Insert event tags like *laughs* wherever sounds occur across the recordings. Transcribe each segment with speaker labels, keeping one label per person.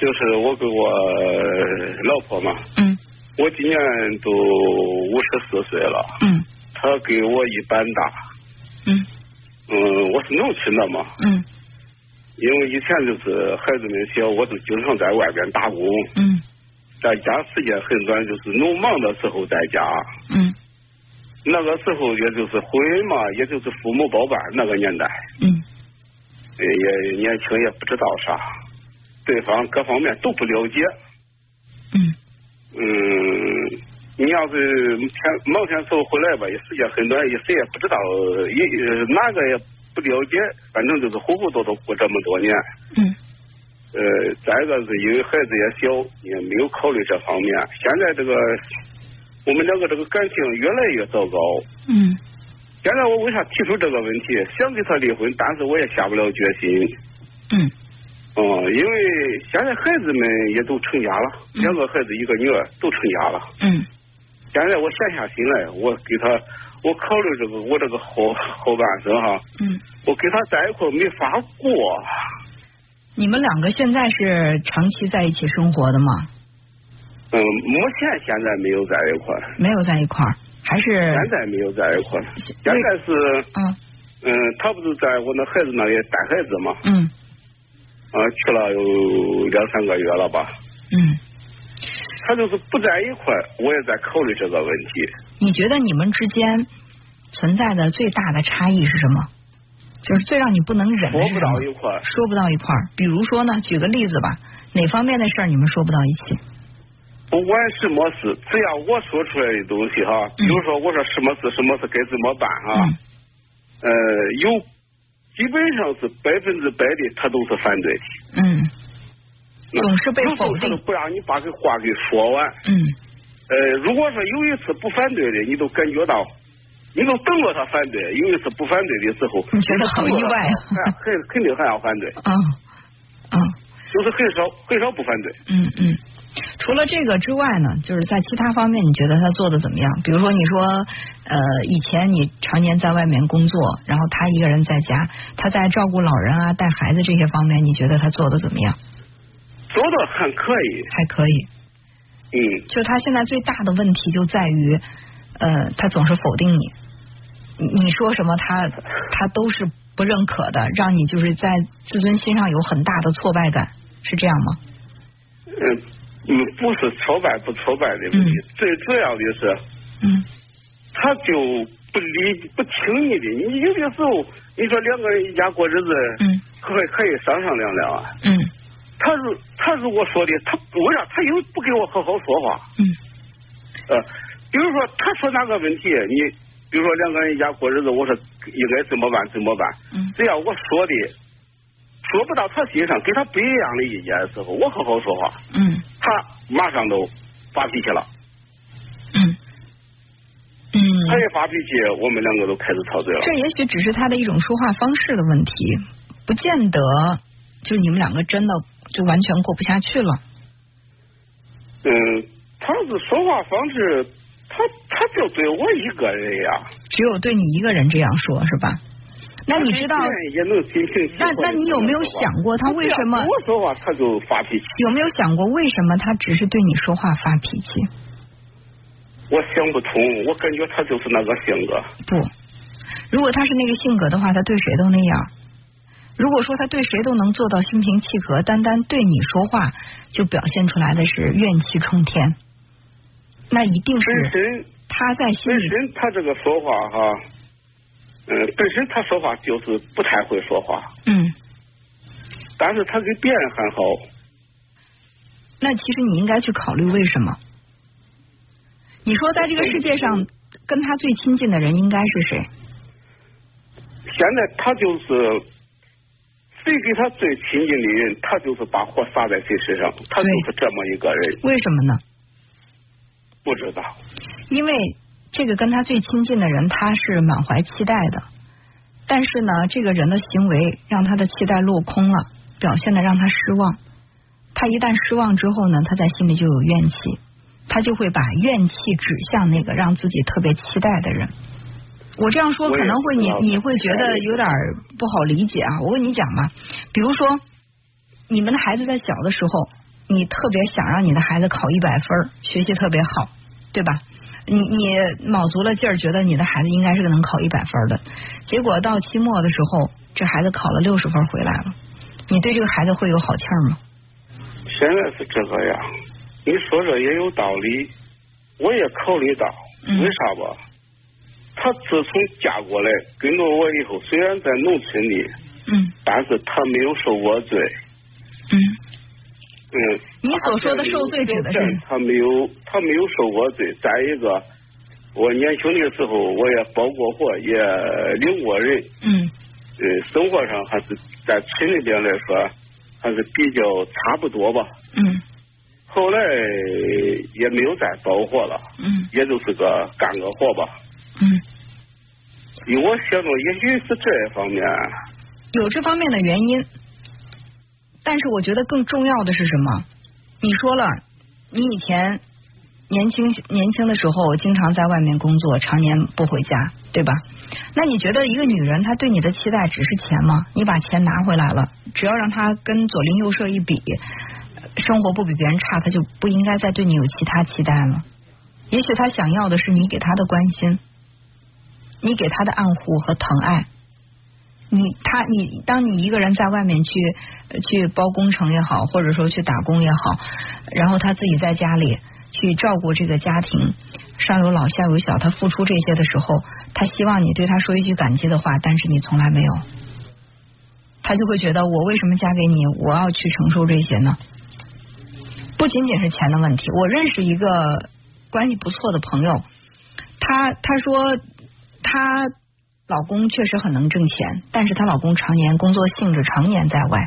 Speaker 1: 就是我跟我老婆嘛，
Speaker 2: 嗯
Speaker 1: 我今年都五十四岁了，
Speaker 2: 嗯
Speaker 1: 她跟我一般大。
Speaker 2: 嗯
Speaker 1: 嗯，我是农村的嘛，
Speaker 2: 嗯
Speaker 1: 因为以前就是孩子们小，我都经常在外边打工，
Speaker 2: 嗯
Speaker 1: 在家时间很短，就是农忙的时候在家。
Speaker 2: 嗯
Speaker 1: 那个时候也就是婚嘛，也就是父母包办那个年代，
Speaker 2: 嗯
Speaker 1: 呃也年轻也不知道啥，对方各方面都不了解。
Speaker 2: 嗯
Speaker 1: 嗯，你要是前某天时候回来吧，也时间很短，也谁也不知道，也也哪个也不了解，反正就是糊糊涂涂过这么多年。
Speaker 2: 嗯
Speaker 1: 呃，再一个是因为孩子也小，也没有考虑这方面。现在这个我们两个这个感情越来越糟糕。
Speaker 2: 嗯
Speaker 1: 现在我为啥提出这个问题？想跟他离婚，但是我也下不了决心。
Speaker 2: 嗯
Speaker 1: 嗯，因为现在孩子们也都成家了，
Speaker 2: 嗯
Speaker 1: 两个孩子一个女儿都成家了。
Speaker 2: 嗯
Speaker 1: 现在我闲下心来，我给他，我考虑这个我这个后后半生哈，
Speaker 2: 嗯，
Speaker 1: 我跟他在一块儿没法过。
Speaker 2: 你们两个现在是长期在一起生活的吗？
Speaker 1: 嗯，目前现在没有在一块儿，
Speaker 2: 没有在一块儿，还是
Speaker 1: 现在没有在一块儿。现在是，
Speaker 2: 嗯
Speaker 1: 嗯，他不是在我那孩子那里带孩子嘛，
Speaker 2: 嗯
Speaker 1: 啊，去了有两三个月了吧。
Speaker 2: 嗯，
Speaker 1: 他就是不在一块儿，我也在考虑这个问题。
Speaker 2: 你觉得你们之间存在的最大的差异是什么？就是最让你不能忍的
Speaker 1: 活
Speaker 2: 是
Speaker 1: 不
Speaker 2: 什
Speaker 1: 到
Speaker 2: 么？
Speaker 1: 一块儿，
Speaker 2: 说不到一块儿，比如说呢，举个例子吧，哪方面的事儿你们说不到一起？
Speaker 1: 不管什么事，只要我说出来的东西哈，比如说我说什么事什么事该怎么办哈，
Speaker 2: 嗯
Speaker 1: 呃，有基本上是百分之百的他都是反对的，
Speaker 2: 嗯总嗯是被
Speaker 1: 有时候
Speaker 2: 否定
Speaker 1: 他都不让你把这话给说完。
Speaker 2: 嗯
Speaker 1: 呃，如果说有一次不反对的，你都感觉到，你都等着他反对；有一次不反对的时候，
Speaker 2: 你觉得好意外啊
Speaker 1: 还还哎肯定还要反对，
Speaker 2: 啊啊
Speaker 1: 就是很少很少不反对。
Speaker 2: 嗯嗯。除了这个之外呢，就是在其他方面，你觉得他做的怎么样？比如说，你说，呃，以前你常年在外面工作，然后他一个人在家，他在照顾老人啊、带孩子这些方面，你觉得他做的怎么样？
Speaker 1: 做的还可以，
Speaker 2: 还可以。
Speaker 1: 嗯，
Speaker 2: 就他现在最大的问题就在于，呃，他总是否定你，你你说什么他他都是不认可的，让你就是在自尊心上有很大的挫败感，是这样吗？
Speaker 1: 嗯嗯，不是挫败不挫败的问题，
Speaker 2: 嗯
Speaker 1: 最主要的是
Speaker 2: 嗯
Speaker 1: 他就不理不听你的。你有的时候你说两个人一家过日子，
Speaker 2: 嗯
Speaker 1: 可可以商商量量啊。
Speaker 2: 嗯
Speaker 1: 他如他如果说的，他为啥他又不跟我好好说话？
Speaker 2: 嗯
Speaker 1: 呃，比如说他说哪个问题，你比如说两个人一家过日子，我说应该怎么办怎么办？
Speaker 2: 嗯
Speaker 1: 只要我说的说不到他心上，给他不一样的意见的时候，我好好说话，
Speaker 2: 嗯
Speaker 1: 他马上都发脾气了。
Speaker 2: 嗯
Speaker 1: 他
Speaker 2: 嗯，
Speaker 1: 一发脾气，我们两个都开始吵嘴了。
Speaker 2: 这也许只是他的一种说话方式的问题，不见得就是你们两个真的就完全过不下去了。
Speaker 1: 嗯，他是说话方式，他他就对我一个人呀。
Speaker 2: 只有对你一个人这样说，是吧？那你知道
Speaker 1: 他现在也能心平气
Speaker 2: 那
Speaker 1: 和地
Speaker 2: 那你有没有想过他为什么
Speaker 1: 跟我说话他就发脾气？
Speaker 2: 有没有想过为什么他只是对你说话发脾气？
Speaker 1: 我想不通，我感觉他就是那个性格。
Speaker 2: 不，如果他是那个性格的话，他对谁都那样。如果说他对谁都能做到心平气和，单单对你说话就表现出来的是怨气冲天，那一定
Speaker 1: 本
Speaker 2: *laughs* 是
Speaker 1: 身
Speaker 2: 他在心
Speaker 1: 本
Speaker 2: 里
Speaker 1: 身他这个说话哈，嗯，本身他说话就是不太会说话，
Speaker 2: 嗯。
Speaker 1: 但是他给别人还好。
Speaker 2: 那其实你应该去考虑为什么。你说在这个世界上跟他最亲近的人应该是谁？
Speaker 1: 现在他就是谁跟他最亲近的人，他就是把火撒在谁身上，他就是这么一个人，
Speaker 2: 为什么呢？
Speaker 1: 不知道。
Speaker 2: 因为这个跟他最亲近的人，他是满怀期待的，但是呢，这个人的行为让他的期待落空了，表现的让他失望。他一旦失望之后呢，他在心里就有怨气，他就会把怨气指向那个让自己特别期待的人。我这样说
Speaker 1: 我也
Speaker 2: 可能会
Speaker 1: 知
Speaker 2: 你
Speaker 1: 道
Speaker 2: 你会觉得有点儿不好理解啊。我跟你讲吧，比如说你们的孩子在小的时候，你特别想让你的孩子考一百分儿，学习特别好，对吧？你你卯足了劲儿，觉得你的孩子应该是个能考一百分儿的，结果到期末的时候，这孩子考了六十分儿回来了，你对这个孩子会有好气儿吗？
Speaker 1: 现在是这个样，你说这也有道理，我也考虑到，
Speaker 2: 嗯
Speaker 1: 为啥吧？她自从嫁过来跟着我以后，虽然在农村里，
Speaker 2: 嗯
Speaker 1: 但是她没有受我罪。
Speaker 2: 嗯，
Speaker 1: 嗯，
Speaker 2: 你所说的受罪指的是
Speaker 1: 他没有，他没有受过罪。再一个，我年轻的时候我也包过货，也领过人，
Speaker 2: 嗯
Speaker 1: 呃，生活上还是在村里边来说还是比较差不多吧。
Speaker 2: 嗯
Speaker 1: 后来也没有再包货了，
Speaker 2: 嗯
Speaker 1: 也就是个干个活吧。
Speaker 2: 嗯，
Speaker 1: 以我想中，也许是这一方面，
Speaker 2: 有这方面的原因，但是我觉得更重要的是什么？你说了，你以前年轻年轻的时候经常在外面工作，常年不回家，对吧？那你觉得一个女人她对你的期待只是钱吗？你把钱拿回来了，只要让她跟左邻右舍一比，生活不比别人差，她就不应该再对你有其他期待了。也许她想要的是你给她的关心，你给她的爱护和疼爱。你他你，当你一个人在外面去呃去包工程也好，或者说去打工也好，然后他自己在家里去照顾这个家庭，上有老下有小，他付出这些的时候，他希望你对他说一句感激的话，但是你从来没有，他就会觉得我为什么嫁给你，我要去承受这些呢？不仅仅是钱的问题，我认识一个关系不错的朋友，她她说她老公确实很能挣钱，但是她老公常年工作性质常年在外，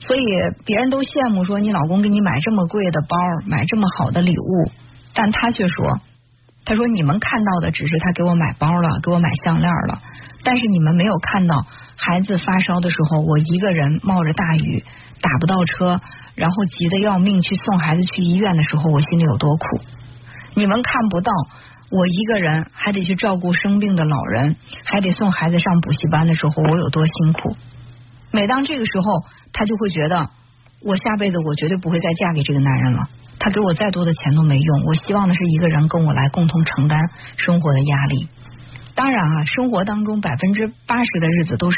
Speaker 2: 所以别人都羡慕说你老公给你买这么贵的包，买这么好的礼物，但她却说，她说你们看到的只是他给我买包了，给我买项链了，但是你们没有看到孩子发烧的时候，我一个人冒着大雨打不到车，然后急得要命去送孩子去医院的时候，我心里有多苦。你们看不到，我一个人还得去照顾生病的老人，还得送孩子上补习班的时候，我有多辛苦。每当这个时候，她就会觉得，我下辈子我绝对不会再嫁给这个男人了。他给我再多的钱都没用，我希望的是一个人跟我来共同承担生活的压力。当然啊，生活当中百分之八十的日子都是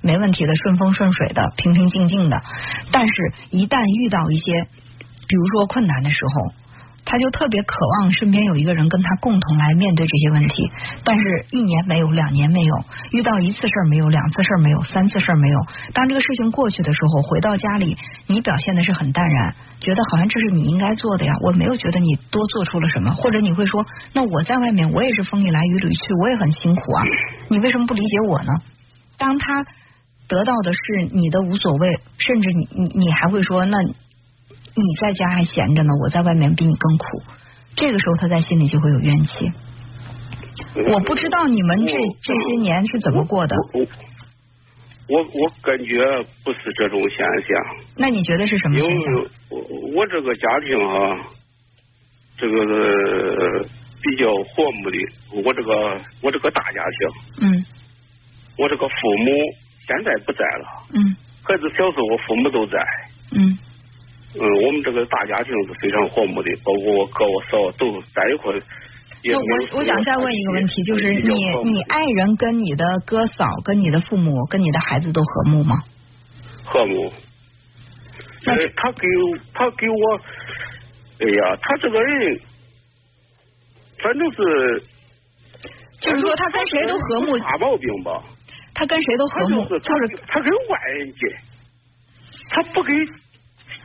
Speaker 2: 没问题的，顺风顺水的，平平静静的。但是，一旦遇到一些，比如说困难的时候，他就特别渴望身边有一个人跟他共同来面对这些问题，但是一年没有，两年没有，遇到一次事儿没有，两次事儿没有，三次事儿没有。当这个事情过去的时候，回到家里，你表现的是很淡然，觉得好像这是你应该做的呀，我没有觉得你多做出了什么，或者你会说，那我在外面我也是风里来雨里去，我也很辛苦啊，你为什么不理解我呢？当他得到的是你的无所谓，甚至你你你还会说，那你在家还闲着呢，我在外面比你更苦。这个时候他在心里就会有怨气。我不知道你们这
Speaker 1: 我
Speaker 2: 这些年是怎么过的，
Speaker 1: 我我我感觉不是这种现象。
Speaker 2: 那你觉得是什么
Speaker 1: 因
Speaker 2: 现
Speaker 1: 为
Speaker 2: 象？
Speaker 1: 我我这个家庭啊，这个呃比较和睦的，我这个我这个大家庭，
Speaker 2: 嗯
Speaker 1: 我这个父母现在不在了，
Speaker 2: 嗯
Speaker 1: 孩子小时候我父母都在，
Speaker 2: 嗯
Speaker 1: 嗯，我们这个大家庭是非常和睦的，包括我哥我嫂都在一块儿。也
Speaker 2: 那
Speaker 1: 没有什
Speaker 2: 我
Speaker 1: 么
Speaker 2: 我想再问一个问题，就是
Speaker 1: 比较
Speaker 2: 你
Speaker 1: 和睦
Speaker 2: 你爱人跟你的哥嫂、跟你的父母、跟你的孩子都和睦吗？
Speaker 1: 和睦。
Speaker 2: 那
Speaker 1: 呃
Speaker 2: 是，
Speaker 1: 他给他给我，哎呀，他这个人，反正是
Speaker 2: 就是说他跟谁都和睦，
Speaker 1: 大毛病吧。
Speaker 2: 他跟谁都
Speaker 1: 他
Speaker 2: 和
Speaker 1: 就
Speaker 2: 睦，
Speaker 1: 是
Speaker 2: 就是
Speaker 1: 他跟外人借，他不给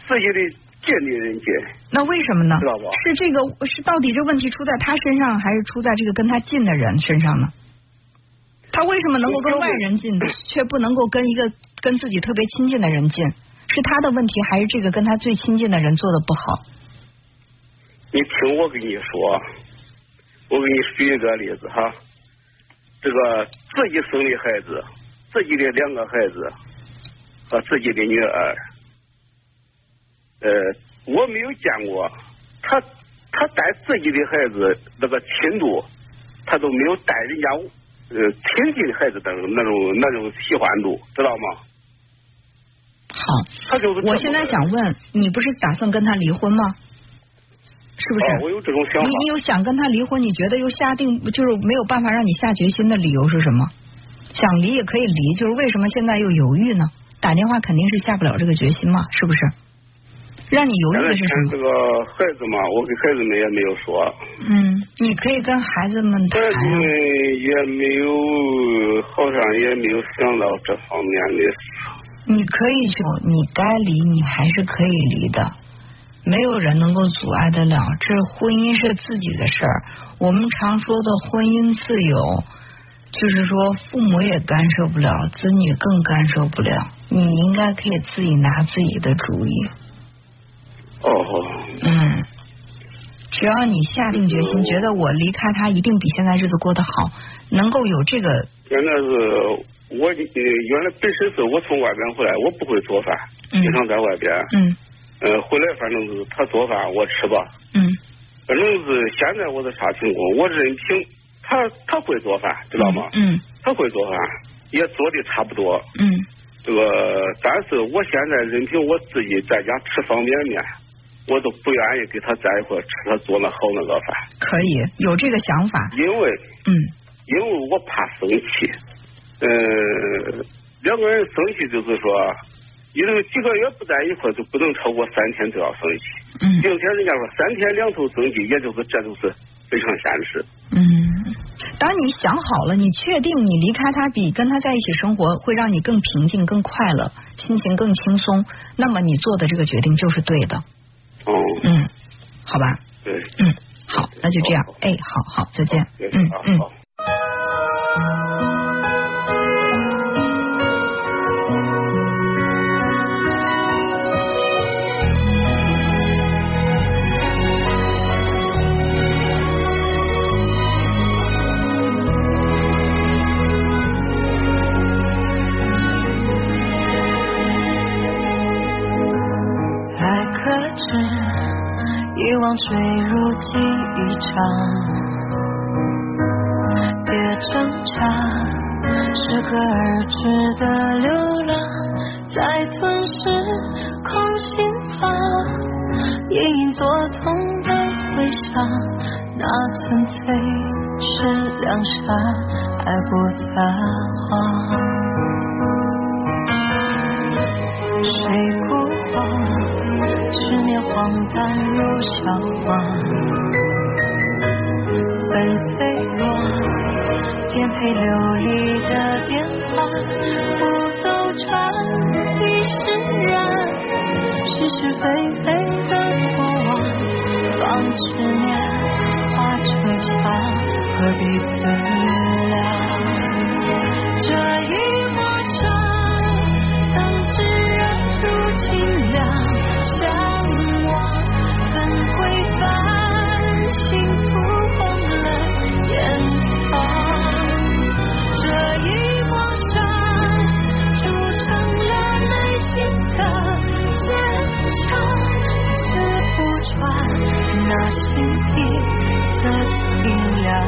Speaker 1: 自己的见的人借。
Speaker 2: 那为什么呢
Speaker 1: 知道不？
Speaker 2: 是这个是到底这问题出在他身上，还是出在这个跟他近的人身上呢？他为什么能够跟外人近，却不能够跟一个跟自己特别亲近的人近？是他的问题，还是这个跟他最亲近的人做的不好？
Speaker 1: 你听我跟你说，啊我给你举一个例子哈，这个自己生的孩子，自己的两个孩子和自己的女儿，呃，我没有见过他他带自己的孩子那个亲度，他都没有带人家呃亲近孩子的那种那种喜欢度，知道吗？
Speaker 2: 好，
Speaker 1: 他就是这啊
Speaker 2: 我
Speaker 1: 么
Speaker 2: 现
Speaker 1: 个人
Speaker 2: 在想问，你不是打算跟他离婚吗？是不是？
Speaker 1: 啊，我有这种想法
Speaker 2: 你。你有想跟他离婚？你觉得又下定就是没有办法让你下决心的理由是什么？想离也可以离，就是为什么现在又犹豫呢？打电话肯定是下不了这个决心嘛，是不是？让你犹
Speaker 1: 前
Speaker 2: 豫
Speaker 1: 两
Speaker 2: 的是
Speaker 1: 天
Speaker 2: 什
Speaker 1: 这
Speaker 2: 么？
Speaker 1: 个孩子嘛，我跟孩子们也没有说，
Speaker 2: 嗯，你可以跟孩子们
Speaker 1: 孩
Speaker 2: 谈
Speaker 1: 子
Speaker 2: 啊
Speaker 1: 们。也没有，好像也没有想到这方面的事。
Speaker 2: 你可以求，你该离你还是可以离的，没有人能够阻碍得了。这婚姻是自己的事儿，我们常说的婚姻自由，就是说父母也干涉不了，子女更干涉不了。你应该可以自己拿自己的主意，
Speaker 1: 哦，
Speaker 2: 嗯。只要你下定决心，觉得我离开他一定比现在日子过得好，能够有这个，
Speaker 1: 原来是我，呃原来本身是我从外边回来，我不会做饭，
Speaker 2: 嗯
Speaker 1: 经常在外边。
Speaker 2: 嗯
Speaker 1: 呃，回来反正是他做饭我吃吧，
Speaker 2: 嗯
Speaker 1: 反正是现在我是啥情况，我任凭他他会做饭，知道吗？
Speaker 2: 嗯
Speaker 1: 他会做饭，也做的差不多。
Speaker 2: 嗯
Speaker 1: 这个，但是我现在任凭我自己在家吃方便面，我都不愿意跟他在一块儿吃他做那好那个饭，
Speaker 2: 可以有这个想法，
Speaker 1: 因为
Speaker 2: 嗯
Speaker 1: 因为我怕生气。呃，两个人生气就是说，一个几个月不在一块儿就不能超过三天都要生气，
Speaker 2: 嗯。
Speaker 1: 并且人家说三天两头生气，也就是这就是非常现实。
Speaker 2: 嗯，当你想好了，你确定你离开他比跟他在一起生活会让你更平静、更快乐，心情更轻松，那么你做的这个决定就是对的。
Speaker 1: 哦、
Speaker 2: 嗯，好吧，
Speaker 1: 对，
Speaker 2: 嗯，好，那就这样
Speaker 1: 好。
Speaker 2: 哎，好好，再见。
Speaker 1: 对
Speaker 2: 嗯
Speaker 1: 啊
Speaker 2: 嗯
Speaker 1: 好。。
Speaker 2: 哎
Speaker 3: 来克制，遗忘坠入记忆场。别挣扎，适可而止的流浪，在吞噬空心房，隐隐作痛的回响，那纯粹是两傻，爱不撒谎。谁孤荒？失眠荒诞如小王，被脆弱颠沛流离的变化，不兜转已释然，是是非非的过往，放执念化成墙，何必自量？这一抹伤，当炙热如清凉，向往很规范，心涂红了眼眶。这一抹伤，筑成了内心的坚强，撕不穿那心底的冰凉。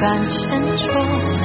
Speaker 3: 然沉着。